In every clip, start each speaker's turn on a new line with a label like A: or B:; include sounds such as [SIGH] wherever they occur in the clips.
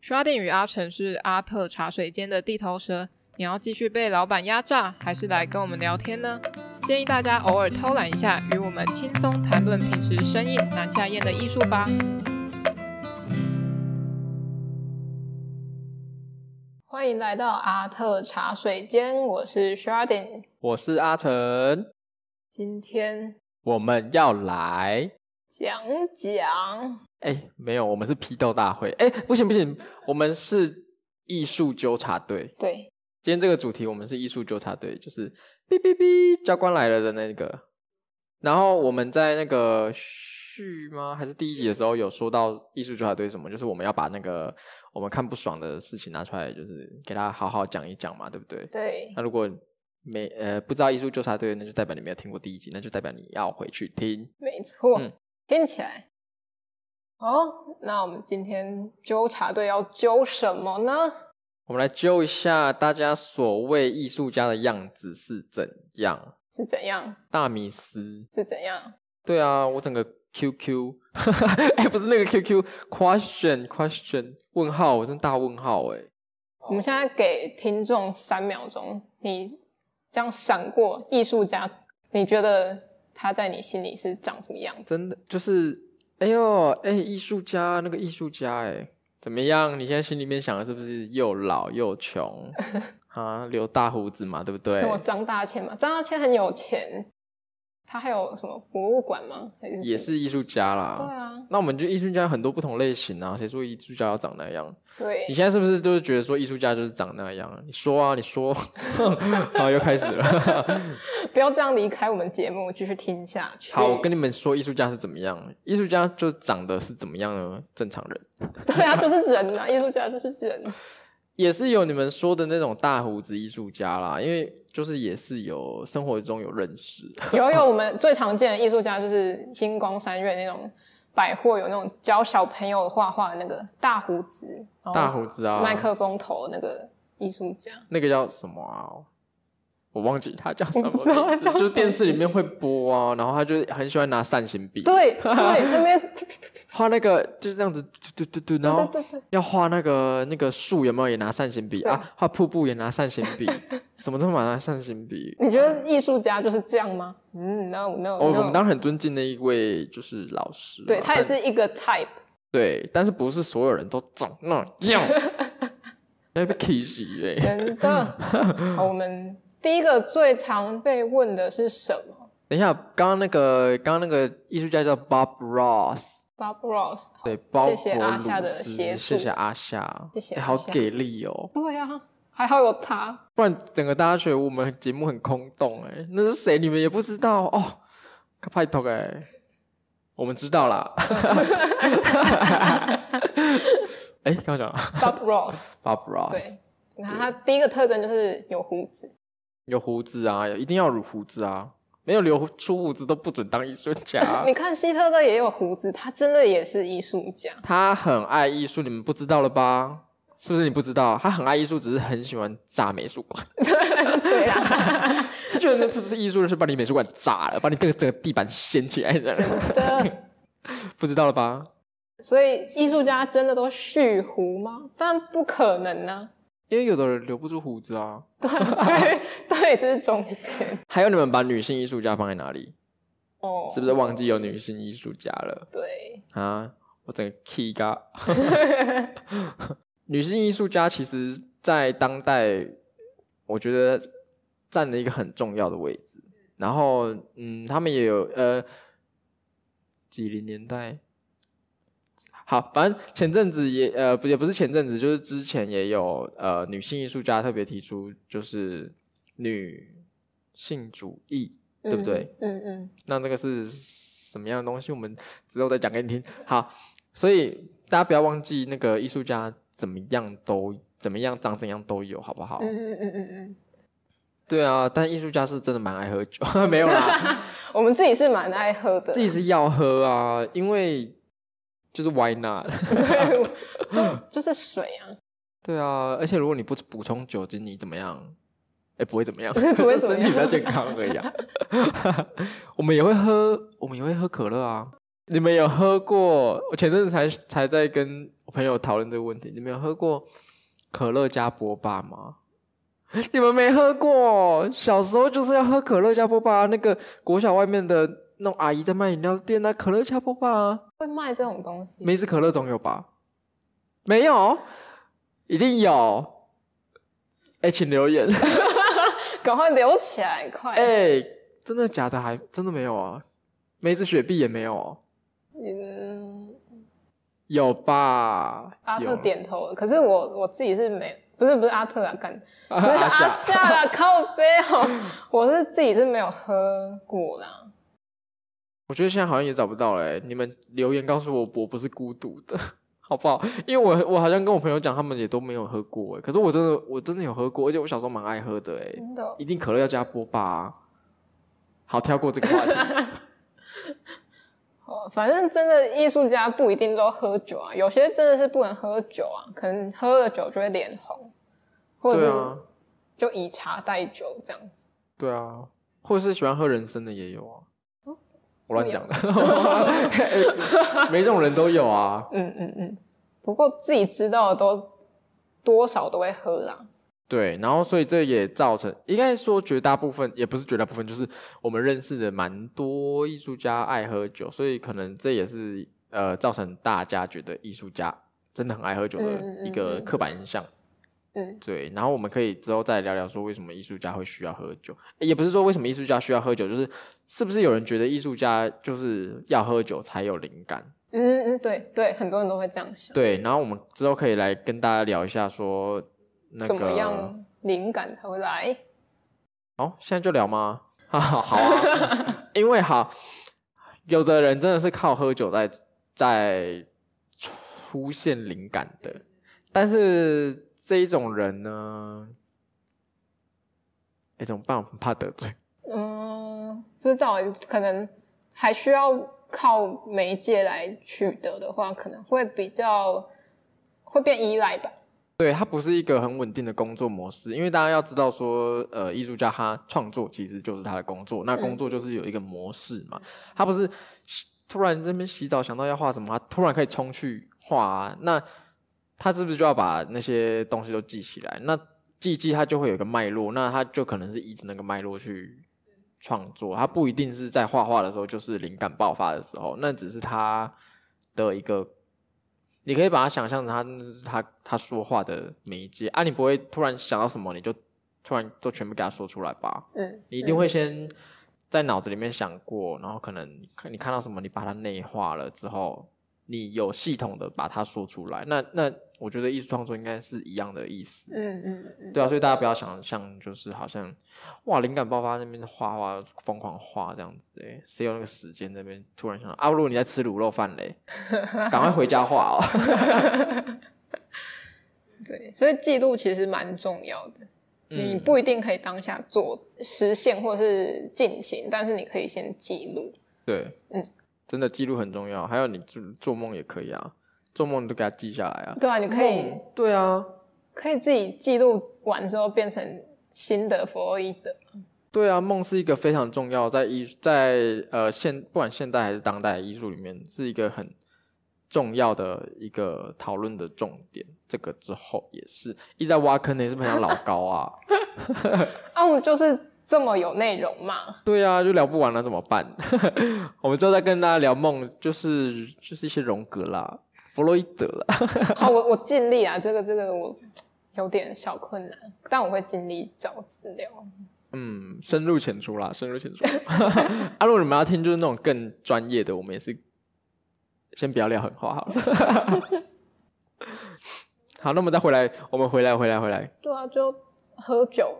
A: 刷店与阿成是阿特茶水间的地头蛇，你要继续被老板压榨，还是来跟我们聊天呢？建议大家偶尔偷懒一下，与我们轻松谈论平时生硬难下咽的艺术吧。欢迎来到阿特茶水间，我是 Sharding。
B: 我是阿成，
A: 今天
B: 我们要来。
A: 讲讲
B: 哎，没有，我们是批斗大会。哎，不行不行，我们是艺术纠察队。
A: 对
B: 今天这个主题我们是艺术纠察队，就是哔哔哔，教官来了的那个。然后我们在那个序吗？还是第一集的时候有说到艺术纠察队什么？就是我们要把那个我们看不爽的事情拿出来，就是给他好好讲一讲嘛，对不对？
A: 对
B: 那如果没呃不知道艺术纠察队，那就代表你没有听过第一集，那就代表你要回去听。
A: 没错，
B: 嗯
A: 听起来。好，那我们今天纠察队要纠什么呢？
B: 我们来揪一下大家所谓艺术家的样子是怎样。
A: 是怎样？
B: 大米斯，
A: 是怎样？
B: 对啊，我整个 QQ，哎、 [LAUGHS] 不是那个 QQ，question question 问号，我真大问号哎、
A: 我们现在给听众三秒钟，你这样闪过艺术家，你觉得他在你心里是长什么样子？
B: 真的就是，哎呦，哎、艺术家那个艺术家哎、怎么样？你现在心里面想的是不是又老又穷 [LAUGHS] 啊？留大胡子嘛，对不对
A: 跟？我张大千嘛，张大千很有钱，他还有什么博物馆吗？还是
B: 也
A: 什么？
B: 是艺术家啦。
A: 对啊，
B: 那我们就艺术家有很多不同类型啊，谁说艺术家要长那样？
A: 对
B: 你，现在是不是都是觉得说艺术家就是长那样啊？你说啊，你
A: [LAUGHS]
B: 说，好，又开始了。
A: 不要这样离开我们节目，继续听下去。
B: 好，我跟你们说，艺术家是怎么样？艺术家就长得是怎么样呢？正常人
A: 对啊，就是人呐、艺术家就是人。啊
B: 也是有你们说的那种大胡子艺术家啦，因为就是也是有生活中有认识， [LAUGHS]
A: 有有，我们最常见的艺术家就是星光三月那种百货有那种教小朋友画画的那个大胡子，然后
B: 大胡子啊，
A: 麦克风头的那个艺术
B: [LAUGHS]
A: 家，
B: 那个叫什么啊？我忘记他叫什么
A: 我不知道
B: 名字
A: 他叫
B: 就
A: 什
B: 是
A: 么
B: 电视里
A: 名
B: 面会播啊，然后他就很喜欢拿扇形笔，
A: 对 [LAUGHS] 对，这边
B: 画那个就是这样子，嘟嘟嘟嘟，然
A: 对
B: 后
A: 对对，
B: 要画那个那个树有没有也拿扇形笔
A: 对
B: 啊？画瀑布也拿扇形
A: [LAUGHS]
B: 笔，什么都拿扇形笔。
A: 你觉得艺术家就是这样吗？嗯，no no
B: 哦，我们
A: no，
B: 当然很尊敬那一位就是老师嘛，
A: 对他也
B: 但
A: 是一个 type，
B: 对，但是不是所有人都长那
A: [LAUGHS]
B: 样，那被 kiss 哎。
A: 真
B: [LAUGHS]
A: 的。好，我们第一个最常被问的是什么
B: 等一下，刚刚那个刚刚那个艺术家叫 Bob Ross，
A: ？Bob Ross，
B: 对，鲍勃
A: 谢谢阿夏的
B: 鲁斯
A: 协助
B: 谢谢阿夏，
A: 谢谢
B: 哎
A: 阿
B: 好
A: 夏
B: 给力哦，
A: 对啊，还好有他。
B: 不然整个大家觉得我们节目很空洞哎，那是谁你们也不知道哦，拍头哎，我们知道啦。哎，刚刚讲了
A: Bob Ross，
B: Bob Ross，
A: 对，你看他第一个特征就是有胡子，
B: 有胡子啊，一定要留胡子啊，没有留出胡子都不准当艺术
A: [LAUGHS]
B: 家
A: 你。看希特勒也有胡子，他真的也是艺术家。
B: [LAUGHS] 他很爱艺术，你们不知道了吧？是不是你不知道？他很爱艺术，只是很喜欢炸美术馆。 [LAUGHS]
A: 对啊啦，
B: 他觉得那不是艺术，是把你美术馆炸了，把你这个整个地板掀起来的。
A: 的
B: 不知道了吧？
A: 所以艺术家真的都蓄胡吗？但不可能啊。
B: 因为有的人留不住胡子啊。
A: 对
B: [LAUGHS]
A: 对对，这是重点
B: 还有你们把女性艺术家放在哪里？
A: 哦。
B: 是不是忘记有女性艺术家了
A: 对，
B: 啊？我整个 key 嘎。 [LAUGHS] 女性艺术家其实，在当代，我觉得占了一个很重要的位置。然后，嗯，他们也有呃，几零年代，好，反正前阵子也呃，不也不是前阵子，就是之前也有呃，女性艺术家特别提出，就是女性主义，对不对？
A: 嗯？嗯嗯，
B: 那这个是什么样的东西，我们之后再讲给你听。好，所以大家不要忘记那个艺术家怎么样都怎么样长怎样都有，好不好？
A: 嗯嗯嗯嗯嗯，
B: 对啊，但艺术家是真的蛮爱喝酒， [LAUGHS] 没有啦，
A: 我们自己是蛮爱喝的
B: 自，己是要喝啊，因为就是 why not？
A: 对， [LAUGHS] 就就是水啊，
B: 对啊，而且如果你不补充酒精，你怎么样？哎，不会怎么样，
A: 不会
B: 就
A: 怎么
B: [LAUGHS] 身体比较
A: 样
B: 健康而已、啊。 [LAUGHS] 我们也会喝，我们也会喝可乐啊。你们有喝过？我前阵子才才在跟我朋友讨论这个问题，你们有喝过可乐加波霸吗？ [LAUGHS] 你们没喝过，哦小时候就是要喝可乐加波霸啊，那个国小外面的那种阿姨在卖饮料店啊，可乐加波霸啊，
A: 会卖这种东西，
B: 梅子可乐总有吧？没有，一定有。哎、请留言。 [LAUGHS]
A: 赶快留起来，快！
B: 哎、真的假的还？真的没有啊？梅子雪碧也没有哦？
A: 嗯，
B: 有吧？
A: 阿特
B: 有
A: 点头了，可是我我自己是没，不是不是阿特啊，干，
B: 啊
A: 不是
B: 阿
A: 阿
B: 夏
A: 夏啦，靠背哦，我是自己是没有喝过啦。
B: 我觉得现在好像也找不到嘞、你们留言告诉我，我不是孤独的，好不好？因为我我好像跟我朋友讲，他们也都没有喝过哎、可是我真的我真的有喝过，而且我小时候蛮爱喝的哎、
A: 真的，
B: 一定可乐要加波霸、啊。好，跳过这个话题。
A: 哦，反正真的艺术家不一定都喝酒啊，有些真的是不能喝酒啊，可能喝了酒就会脸红，或者
B: 对
A: 是
B: 啊，
A: 就以茶代酒这样子。
B: 对啊，或者是喜欢喝人参的也有啊。我乱讲的， [LAUGHS] 每种人都有啊。
A: 嗯嗯嗯，不过自己知道的都多少都会喝啦。
B: 对，然后所以这也造成，应该说绝大部分也不是绝大部分，就是我们认识的蛮多艺术家爱喝酒，所以可能这也是呃造成大家觉得艺术家真的很爱喝酒
A: 嗯
B: 的
A: 嗯
B: 一个
A: 嗯
B: 刻板印象。
A: 嗯，
B: 对，然后我们可以之后再聊聊说为什么艺术家会需要喝酒，也不是说为什么艺术家需要喝酒，就是是不是有人觉得艺术家就是要喝酒才有灵感？
A: 嗯嗯，对对，很多人都会这样想。
B: 对，然后我们之后可以来跟大家聊一下说那个
A: 怎么样灵感才会来？
B: 哦，现在就聊吗？ [LAUGHS] 好好好啊， [LAUGHS] 因为好，有的人真的是靠喝酒在在出现灵感的，但是这一种人呢，哎，怎么办？我很怕得罪。
A: 嗯，不知道欸，可能还需要靠媒介来取得的话，可能会比较会变依赖吧。
B: 对，它不是一个很稳定的工作模式，因为大家要知道说，呃，艺术家他创作其实就是他的工作，那工作就是有一个模式嘛，他不是洗突然这边洗澡想到要画什么，他突然可以冲去画、啊，那他是不是就要把那些东西都记起来？那记一记他就会有一个脉络，那他就可能是依着那个脉络去创作，他不一定是在画画的时候就是灵感爆发的时候，那只是他的一个你可以把它想象成他那是他他说话的媒介啊，你不会突然想到什么你就突然都全部给他说出来吧？
A: 嗯，
B: 你一定会
A: 嗯
B: 先在脑子里面想过，然后可能看你看到什么，你把它内化了之后，你有系统的把它说出来。那那我觉得艺术创作应该是一样的意思。
A: 嗯嗯嗯，
B: 对啊，所以大家不要想象就是好像哇灵感爆发那边画画疯狂画这样子哎、谁有那个时间在那边突然想到啊？如果你在吃卤肉饭
A: [LAUGHS]
B: 嘞，赶快回家画哦。
A: 对，所以记录其实蛮重要的。你
B: 嗯
A: 不一定可以当下做实现或是进行，但是你可以先记录。
B: 对，
A: 嗯，
B: 真的记录很重要。还有你做做梦也可以啊，做梦你都给它记下来啊。
A: 对啊，你可以
B: 梦，对啊，
A: 可以自己记录完之后变成新的弗洛伊德。
B: 对啊，梦是一个非常重要，在艺在呃现不管现代还是当代艺术里面，是一个很重要的一个讨论的重点。这个之后也是一直在挖坑，你是不是很像老高啊？
A: 啊，我就是这么有内容嘛。
B: 对啊，就聊不完了，怎么办？ [LAUGHS] 我们之后再跟大家聊梦，就是就是一些荣格啦、弗洛伊德啦。
A: 好，哦我我尽力啊，这个这个我有点小困难，但我会尽力找资料。
B: 嗯，深入浅出啦，深入浅出。 [LAUGHS] 啊，如果你们要听就是那种更专业的，我们也是先不要撂狠话好了。 [LAUGHS] 好，那我们再回来，我们回来，回来，回来。
A: 对啊，就喝酒，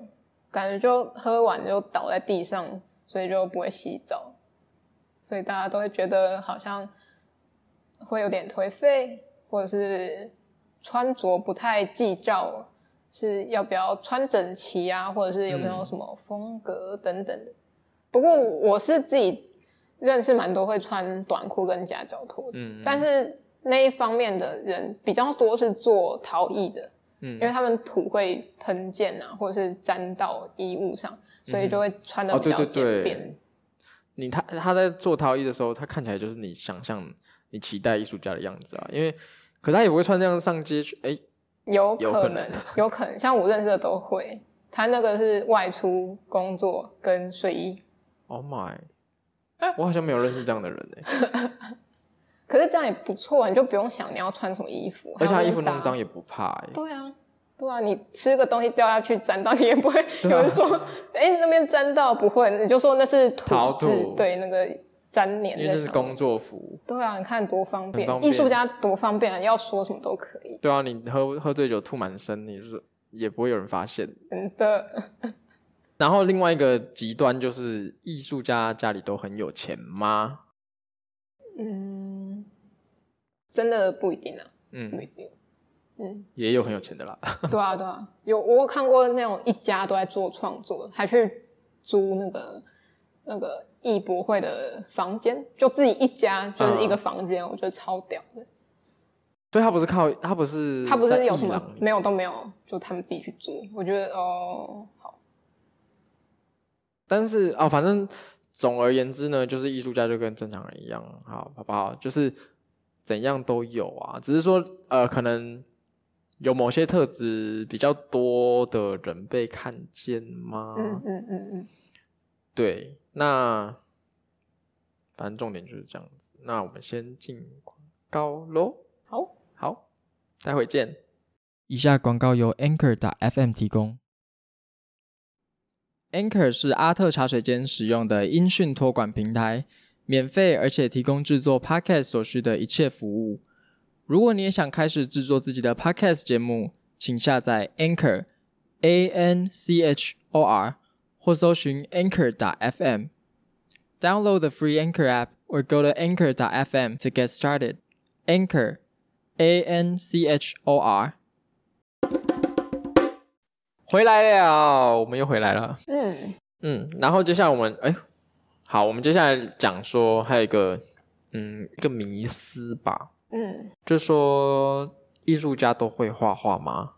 A: 感觉就喝完就倒在地上，所以就不会洗澡，所以大家都会觉得好像会有点颓废，或者是穿着不太计较是要不要穿整齐啊，或者是有没有
B: 嗯
A: 什么风格等等的。不过我是自己认识蛮多会穿短裤跟夹脚拖的，
B: 嗯，
A: 但是那一方面的人比较多是做陶艺的。
B: 嗯
A: 因为他们土会喷溅啊，或者是沾到衣物上，所以就会穿的
B: 哦，
A: 比
B: 对
A: 较
B: 对
A: 简
B: 对
A: 便。，
B: 你他他在做陶艺的时候，他看起来就是你想象你期待艺术家的样子啊，因为。可他也不会穿这样上街去。哎、
A: 有
B: 有
A: 可
B: 可
A: 能
B: 能，
A: 有可能，像我认识的都会。他那个是外出工作跟睡衣，
B: o h，Oh my，我好像没有认识这样的人
A: [LAUGHS]
B: 哎、
A: 可是这样也不错，你就不用想你要穿什么衣服，
B: 而且他
A: 还有
B: 衣服
A: 搭
B: 弄脏。也不怕哎、
A: 对啊，对啊，你吃个东西掉下去沾到，你也不会有
B: 对啊
A: 人说，哎、那边沾到不会，你就说那是土
B: 陶
A: 质，
B: 土
A: 对，那个粘黏
B: 因为
A: 在
B: 那是
A: 上
B: 工
A: 面。
B: 作服。
A: 对啊，你看多方便
B: 很，方
A: 艺
B: 便
A: 术家多方便啊，要说什么都可以，
B: 对啊，你喝喝醉酒吐满身，你是也不会有人发现。
A: 真的。
B: 然后另外一个极端就是艺术家家里都很有钱吗？
A: 嗯， [LAUGHS] 真的不一定啊，不
B: 嗯，
A: 一定。嗯，
B: 也有很有钱的啦。 [LAUGHS]
A: 对啊，对啊，有我有看过那种一家都在做创作，还去租那个那个艺博会的房间，就自己一家
B: 嗯
A: 就是一个房间，我觉得超屌的。
B: 所以他不是靠他不是
A: 他不
B: 在
A: 是有
B: 艺
A: 什么
B: 廊里
A: 没有都没有，就他们自己去租。我觉得哦，好，
B: 但是啊、哦反正总而言之呢，就是艺术家就跟正常人一样，好好不好？就是怎样都有啊，只是说呃，可能有某些特质比较多的人被看见吗？
A: 嗯嗯嗯嗯，
B: 对，那反正重点就是这样子。那我们先进广告喽。
A: 好，
B: 好，待会见。以下广告由 Anchor 打 FM 提供。Anchor 是阿特茶水间使用的音讯托管平台，免费而且提供制作 Podcast 所需的一切服务。如果你也想开始制作自己的 Podcast 节目，请下载 Anchor A N C H O R 或搜寻 Anchor 打 FM。Download the free Anchor app or go to anchor.fm to get started. Anchor, A N C H O R。回来了，我们又回来了。
A: 嗯，
B: 嗯，然后接下来我们哎，好，我们接下来讲说还有一个嗯一个迷思吧，
A: 嗯，
B: 就是说艺术家都会画画吗？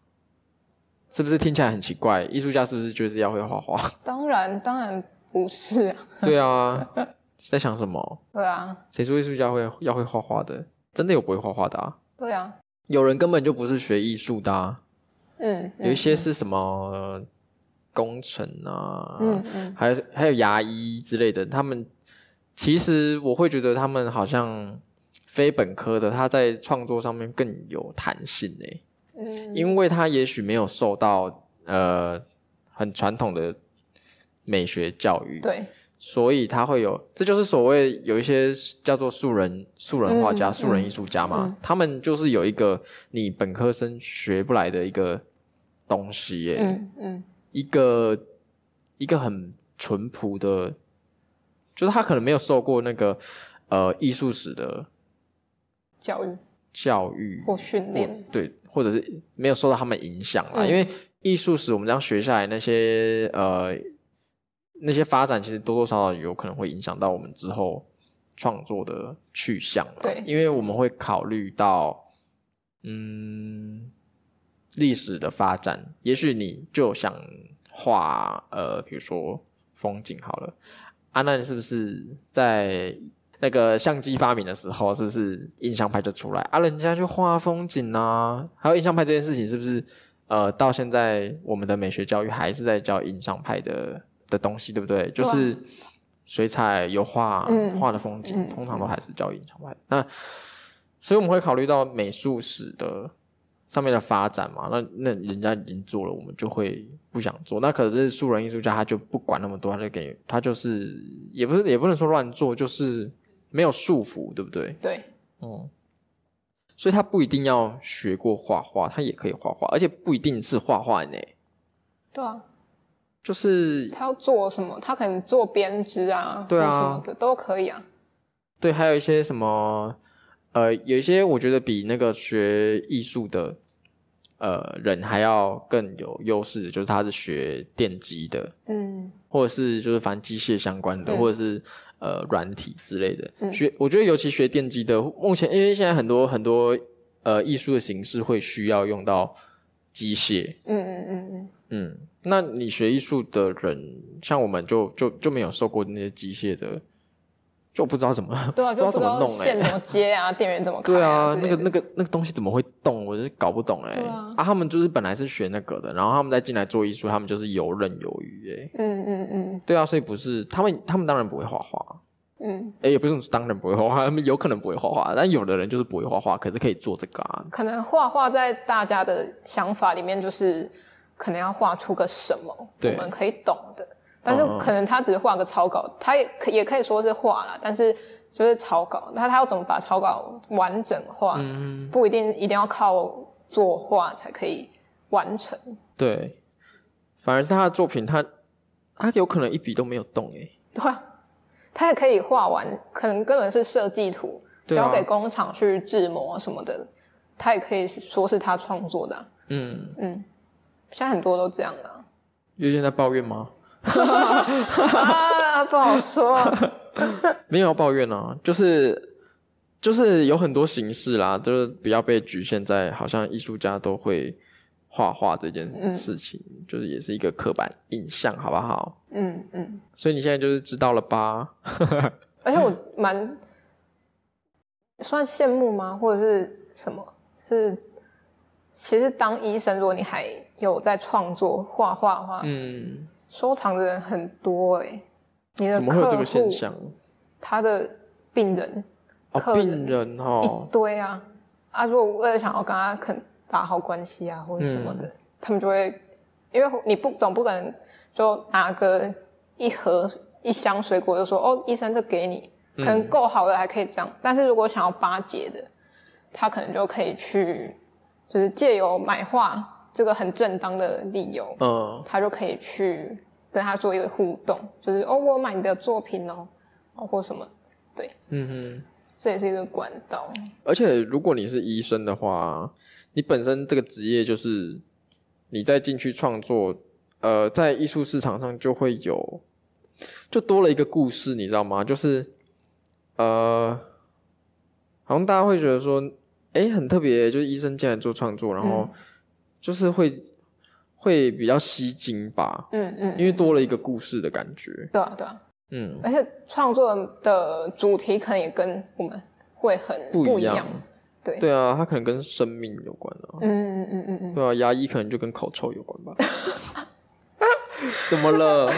B: 是不是听起来很奇怪？艺术家是不是就是要会画 [LAUGHS] 画？
A: 当然当然不是啊，
B: 对啊，在想什么？
A: 对啊，
B: 谁说艺术家会要会画画的？真的有不会画画的啊？
A: 对啊，
B: 有人根本就不是学艺术的、啊，
A: 嗯，嗯
B: 有一些是什么、呃工程啊，
A: 嗯嗯
B: 还有还有牙医之类的。他们其实我会觉得他们好像非本科的，他在创作上面更有弹性诶、
A: 嗯，
B: 因为他也许没有受到呃很传统的美学教育，
A: 对，
B: 所以他会有，这就是所谓有一些叫做素人素人画家、
A: 嗯
B: 素人艺术家嘛，
A: 嗯
B: 他们就是有一个你本科生学不来的一个东西耶，
A: 嗯嗯
B: 一个一个很淳朴的，就是他可能没有受过那个呃艺术史的
A: 教育
B: 教育
A: 或训
B: 我
A: 练，
B: 对，或者是没有受到他们影响啦。
A: 嗯
B: 因为艺术史我们这样学下来，那些呃那些发展，其实多多少少有可能会影响到我们之后创作的去向啦。
A: 对
B: 因为我们会考虑到嗯历史的发展，也许你就想画呃，比如说风景好了。啊，那你是不是在那个相机发明的时候，是不是印象派就出来啊？人家就画风景啊，还有印象派这件事情，是不是呃，到现在我们的美学教育还是在教印象派的的东西，对不对？就
A: 对啊
B: 是水彩、油画、
A: 嗯
B: 画的风景，
A: 嗯
B: 通常都还是教印象派。那所以我们会考虑到美术史的上面的发展嘛，那那人家已经做了，我们就会不想做。那可是素人艺术家，他就不管那么多，他就给你他就是也不是也不能说乱做，就是没有束缚，对不对？
A: 对，
B: 嗯，所以他不一定要学过画画，他也可以画画，而且不一定是画画呢，
A: 对啊，
B: 就是
A: 他要做什么，他可能做编织啊，
B: 对啊
A: 或什么的都可以啊。
B: 对，还有一些什么呃，有一些我觉得比那个学艺术的呃人还要更有优势的，就是他是学电机的，
A: 嗯，
B: 或者是就是反正机械相关的，
A: 嗯
B: 或者是呃软体之类的。
A: 嗯
B: 学我觉得尤其学电机的，目前因为现在很多很多呃艺术的形式会需要用到机械，
A: 嗯嗯嗯嗯，
B: 嗯，那你学艺术的人，像我们就就就没有受过那些机械的就不知道怎么，
A: 对啊，
B: 不
A: 就不
B: 知道怎
A: 知
B: 么
A: 道
B: 弄哎、
A: 线怎么接啊，电源怎么开
B: 对啊，
A: 之
B: 那
A: 类
B: 个
A: 的
B: 那个那个东西怎么会动？我就是搞不懂哎、
A: 对啊
B: 他们就是本来是学那个的，然后他们再进来做艺术，他们就是游刃有余哎、
A: 嗯嗯嗯
B: 对啊，所以不是他们，他们当然不会画画，
A: 嗯，
B: 哎、也不是当然不会画 [LAUGHS] 画，他们有可能不会画画，但有的人就是不会画画，可是可以做这个啊。
A: 可能画画在大家的想法里面就是可能要画出个什么我
B: 对
A: 们可以懂的，但是
B: 嗯嗯
A: 可能他只是画个草稿，他也可也可以说是画啦，但是就是草稿，那他要怎么把草稿完整化，
B: 嗯，
A: 不一定一定要靠作画才可以完成。
B: 对，反而是他的作品，他他有可能一笔都没有动哎、
A: 对啊，他也可以画完，可能根本是设计图，
B: 对啊
A: 交给工厂去制模什么的，他也可以说是他创作的啊、
B: 嗯，
A: 嗯，现在很多都这样的啊、
B: 月见在抱怨吗？ [LAUGHS]
A: 啊，不好说啊、
B: 没有要抱怨啊，就是就是有很多形式啦，就是不要被局限在好像艺术家都会画画这件事情，就是也是一个刻板印象，好不好？
A: 嗯嗯，
B: 所以你现在就是知道了吧？
A: 而且我蛮算羡慕吗？或者是什么？是其实当医生，如果你还有在创作画画的话，
B: 嗯，
A: 收藏的人很多哎、你的
B: 怎么会有这个
A: 客
B: 现
A: 户
B: 象？
A: 他的病人
B: 哦，
A: 客人
B: 病人
A: 一
B: 哦，
A: 堆啊、啊！如果为了想要跟他肯打好关系啊，或者什么的，
B: 嗯
A: 他们就会，因为你不总不可能就拿个一盒一箱水果就说哦，医生这给你，可
B: 嗯
A: 能够好的还可以这样，但是如果想要巴结的，他可能就可以去，就是借由买画这个很正当的理由，
B: 嗯，
A: 他就可以去跟他做一个互动，就是哦，我有买你的作品哦，哦或什么，
B: 嗯哼。
A: 这也是一个管道。
B: 而且如果你是医生的话，你本身这个职业就是你再进去创作，呃，在艺术市场上就会有，就多了一个故事，你知道吗？就是呃，好像大家会觉得说，诶，很特别，就是医生竟然做创作，然后就是会会比较吸睛吧，
A: 嗯嗯，
B: 因为多了一个故事的感觉。
A: 对啊对啊，
B: 嗯，
A: 而且创作的主题可能也跟我们会很
B: 不
A: 一
B: 一样。
A: 对
B: 对啊，它可能跟生命有关啊。
A: 嗯嗯嗯嗯嗯，
B: 对啊，牙医可能就跟口臭有关吧。 [LAUGHS] 怎么了？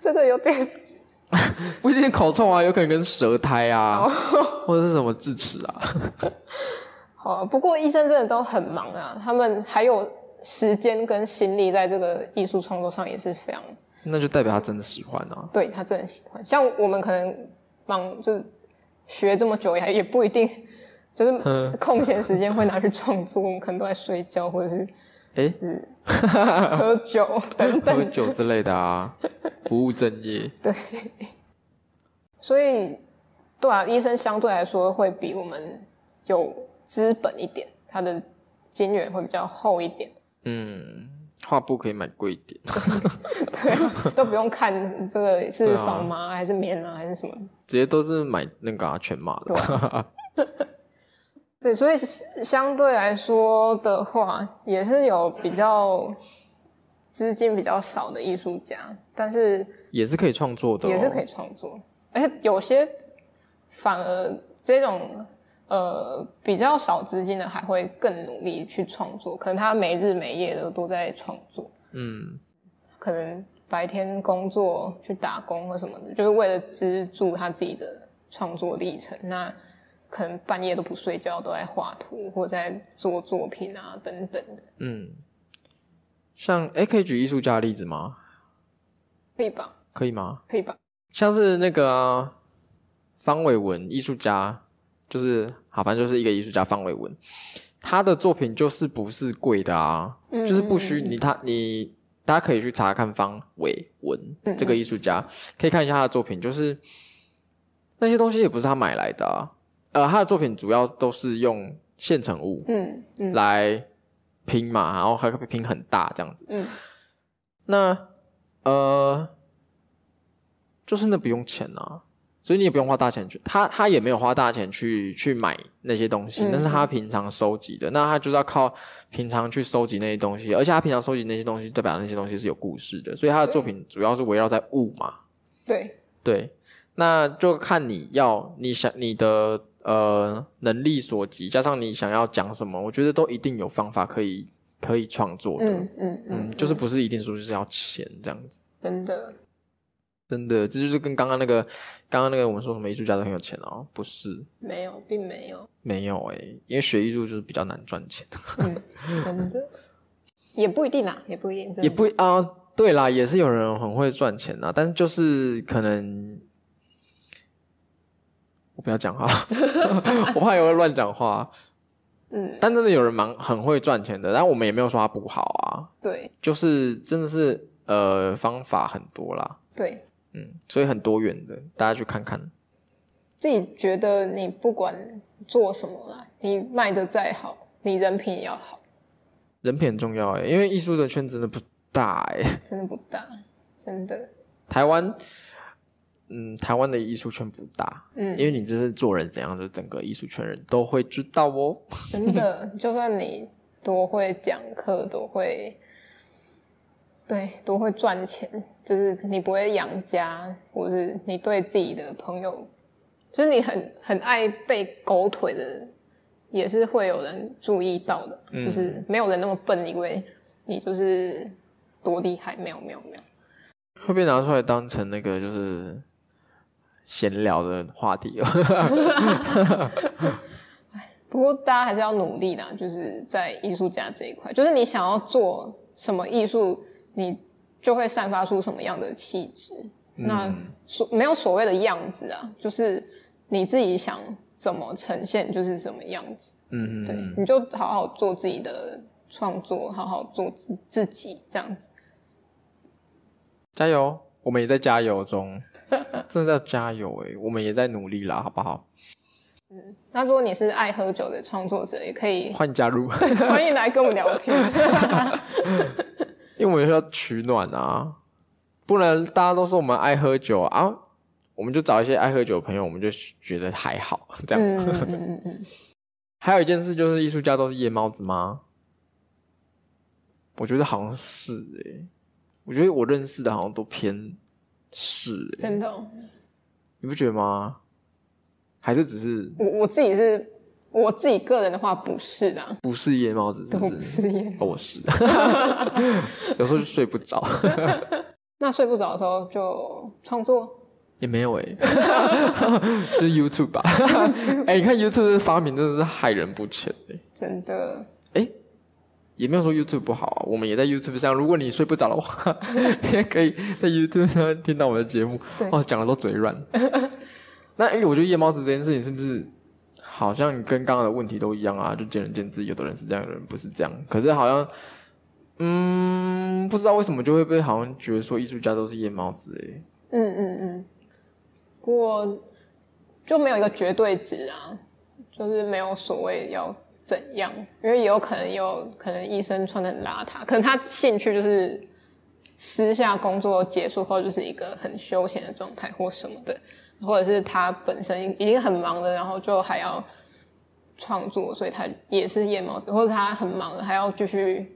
A: 这个有点
B: [LAUGHS] 不一定口臭啊，有可能跟舌苔啊，或者是什么智齿啊。
A: 好啊、不过医生真的都很忙啊，他们还有时间跟心力在这个艺术创作上也是非常
B: 那就代表他真的喜欢啊。
A: 对他真的喜欢。像我们可能忙就是学这么久也也不一定。 [LAUGHS] 就
B: 嗯
A: 是空闲时间会拿去创作，我们可能都在睡觉或者是
B: 哎、
A: 喝酒
B: [LAUGHS]
A: 等等
B: 喝酒之类的 [LAUGHS] 啊，不务正业。
A: 所以，对啊，医生相对来说会比我们有资本一点，他的金源会比较厚一
B: [LAUGHS]
A: 点，
B: 嗯，画布可以买贵一点。
A: 对啊，都不用看这个
B: 对
A: 是
B: 啊
A: 仿麻、还是棉啊还是什么，
B: 直接都是买那个、啊、全麻的。
A: 对，所以相对来说的话，也是有比较资金比较少的艺术家，但是
B: 也是可以创作的、哦，
A: 也是可以。创作，而且有些反而这种呃比较少资金的还会更努力去创作，可能他没日没夜的都在创作，
B: 嗯，
A: 可能白天工作去打工或什么的，就是为了资助他自己的创作历程。那可能半夜都不睡觉，都在画图或在做作品啊等等的，
B: 嗯，像哎、可以举艺术家的例子吗？
A: 可以吧？
B: 可以吗？
A: 可以吧？
B: 像是那个啊方伟文艺术家，就是好，反正就是一个艺术家方伟文，他的作品就是不是贵的啊，
A: 嗯
B: 就是不需你他你大家可以去查看方伟文
A: 嗯
B: 这个艺术家，可以看一下他的作品，就是那些东西也不是他买来的啊，呃，他的作品主要都是用现成物
A: 嗯嗯
B: 来拼嘛，然后还可以拼很大这样子。
A: 嗯
B: 那呃，就是那不用钱啊，所以你也不用花大钱去，他他也没有花大钱去去买那些东西，
A: 嗯
B: 那是他平常收集的，那他就是要靠平常去收集那些东西，而且他平常收集那些东西，代表那些东西是有故事的，所以他的作品主要是围绕在物嘛，
A: 对，
B: 对，那就看你要你想你的呃能力所及，加上你想要讲什么，我觉得都一定有方法可以可以创作的。
A: 嗯嗯
B: 嗯，就是不是一定说就是要钱这样子，
A: 真的，
B: 真的，这就是跟刚刚那个刚刚那个我们说什么艺术家都很有钱哦，不是
A: 没有，并没
B: [LAUGHS]
A: 有，
B: 没有诶、因为学艺术就是比较难赚钱，
A: 嗯，真的，也不一定啊，也不一定，真的
B: 也不啊，对啦，也是有人很会赚钱啊，但是就是可能。我不要讲话， [LAUGHS] 我怕有人乱讲话。
A: 嗯，
B: 但真的有人蛮很会赚钱的，但我们也没有说他不好啊，
A: 对
B: 就是真的是呃方法很多啦，
A: 对，
B: 嗯，所以很多元的，大家去看看。
A: 自己觉得你不管做什么啦，你卖的再好，你人品也要好，
B: 人品很重要哎、因为艺术的圈子真的不大哎、
A: 真的不大，真的，
B: 台湾，嗯，台湾的艺术圈不大，
A: 嗯，
B: 因为你这是做人怎样，就整个艺术圈人都会知道哦。
A: 真的，就算你多会讲课，多会，对，多会赚钱，就是你不会养家，或是你对自己的朋友，就是你很很爱被狗腿的，也是会有人注意到的。
B: 嗯
A: 就是没有人那么笨，以为你就是多厉害，没有没有没有。
B: 会被拿出来当成那个就是闲聊的话题哦。 [LAUGHS]
A: 不过大家还是要努力啦，就是在艺术家这一块，就是你想要做什么艺术，你就会散发出什么样的气质。那
B: 嗯
A: 所没有所谓的样子啊，就是你自己想怎么呈现就是什么样子。
B: 嗯，
A: 对，
B: 嗯
A: 你就好好做自己的创作，好好做自自己这样子。
B: 加油！哦我们也在加油中， [LAUGHS] 真的在加油哎、我们也在努力啦，好不好？
A: 那如果你是爱喝酒的创作者，也可以
B: 欢迎加
A: [LAUGHS]
B: 入， [LAUGHS]
A: 欢迎来跟我们聊天。
B: 因为我们要取暖啊，不然大家都说我们爱喝酒啊，我们就找一些爱喝酒的朋友，我们就觉得还好这样。
A: 嗯嗯嗯嗯，
B: 还有一件事就是，艺术家都是夜猫子吗？我觉得好像是哎、我觉得我认识的好像都偏是、欸，
A: 真的哦、
B: 你不觉得吗？还是只是
A: 我我自己是，我自己个人的话不是啦，
B: 不是夜猫子？是
A: 都
B: 不
A: 不
B: 是？
A: 是耶。
B: 哦，我是， [LAUGHS] 有时候就睡不着，
A: 那睡不着的时候就创作，
B: 也没有哎、 [LAUGHS] 就是 YouTube 吧。 [LAUGHS] 哎、你看 YouTube 的发明真的是害人不浅哎、
A: 真的
B: 也没有说 YouTube 不好啊，我们也在 YouTube 上。如果你睡不着的话， [LAUGHS] 也可以在 YouTube 上听到我们的节目
A: 对。
B: 哦，讲的都嘴软。那哎、我觉得夜猫子这件事情是不是好像跟刚刚的问题都一样啊？就见仁见智，有的人是这样，有的人不是这样。可是好像，嗯，不知道为什么就会被好像觉得说艺术家都是夜猫子哎、
A: 嗯嗯嗯，不过就没有一个绝对值啊，就是没有所谓要怎样，因为也有可能有可能医生穿的很邋遢，可能他兴趣就是私下工作结束后就是一个很休闲的状态或什么的，或者是他本身已经很忙了，然后就还要创作，所以他也是夜猫子，或者他很忙了还要继续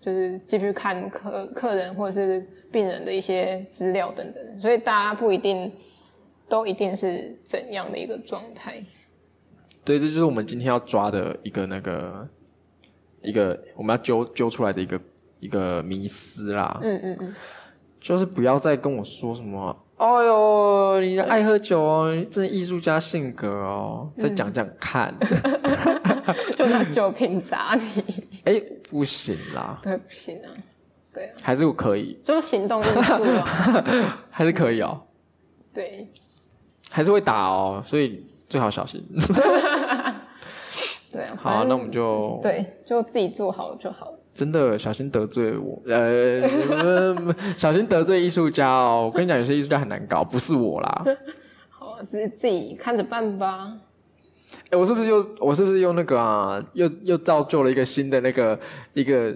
A: 就是继续看客客人或者是病人的一些资料等等，所以大家不一定都一定是怎样的一个状态。
B: 对，这就是我们今天要抓的一个那个一个我们要揪揪出来的一个一个迷思啦，
A: 嗯嗯嗯，
B: 就是不要再跟我说什么，哎呦，你爱喝酒哦，你真的艺术家性格哦，再讲讲看，
A: [LAUGHS]
B: [LAUGHS]
A: 就拿酒瓶砸你，
B: 哎、不行啦，
A: 对不行啊，对啊，
B: 还是我可以，
A: 就是行动艺术啊，
B: 还是可以哦，
A: 对，
B: 还是会打哦，所以最好小心。
A: 对啊。
B: 好，那我们就
A: 对，就自己做好就好了。
B: 真的小心得罪我，呃， [LAUGHS] 嗯小心得罪艺术家哦。我跟你讲，有些艺术家很难搞，不是我啦。
A: 好啊，自自己看着办吧。
B: 哎、我是不是又我是不是又那个啊？又又造就了一个新的那个一个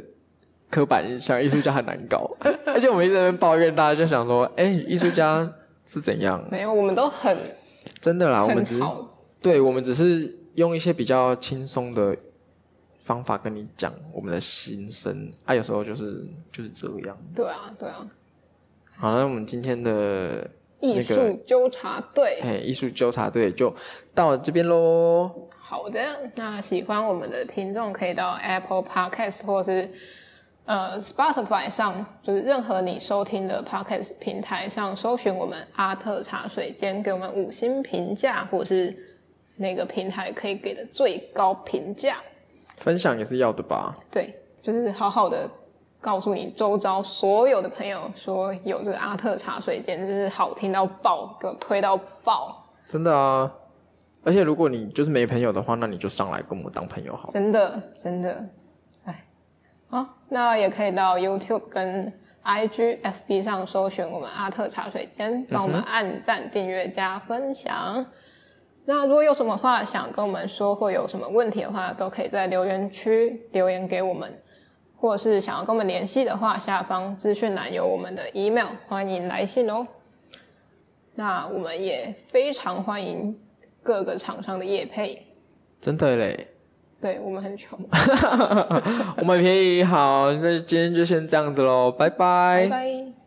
B: 刻板印象，艺术家很难搞。 [LAUGHS] 而且我们一直在那边抱怨，大家就想说，哎、艺术家是怎样？
A: 没有，我们都很
B: 真的啦，我们
A: 很
B: 只是
A: 好。
B: 对，我们只是用一些比较轻松的方法跟你讲我们的心声啊，有时候就是就是这样。
A: 对啊，对啊，
B: 好，那我们今天的
A: 艺
B: 那个
A: 术纠察队。
B: 哎艺术纠察队就到这边喽。
A: 好的，那喜欢我们的听众可以到 Apple Podcast 或是呃 Spotify 上，就是任何你收听的 Podcast 平台上搜寻我们阿特茶水间，给我们五星评价，或是那个平台可以给的最高评价。
B: 分享也是要的吧？
A: 对，就是好好的告诉你周遭所有的朋友说有这个阿特茶水间，就是好听到爆，给我推到爆，
B: 真的啊！而且如果你就是没朋友的话，那你就上来跟我们当朋友好了。
A: 真的真的，哎，好，那也可以到 YouTube 跟 IG、FB 上搜寻我们阿特茶水间，帮我们按赞、订阅、加分享。那如果有什么话想跟我们说，或有什么问题的话，都可以在留言区留言给我们，或是想要跟我们联系的话，下方资讯栏有我们的 email，欢迎来信哦。那我们也非常欢迎各个厂商的业配，
B: 真的嘞，
A: 对我们很穷。
B: 我们便宜好，那今天就先这样子喽，拜
A: 拜拜。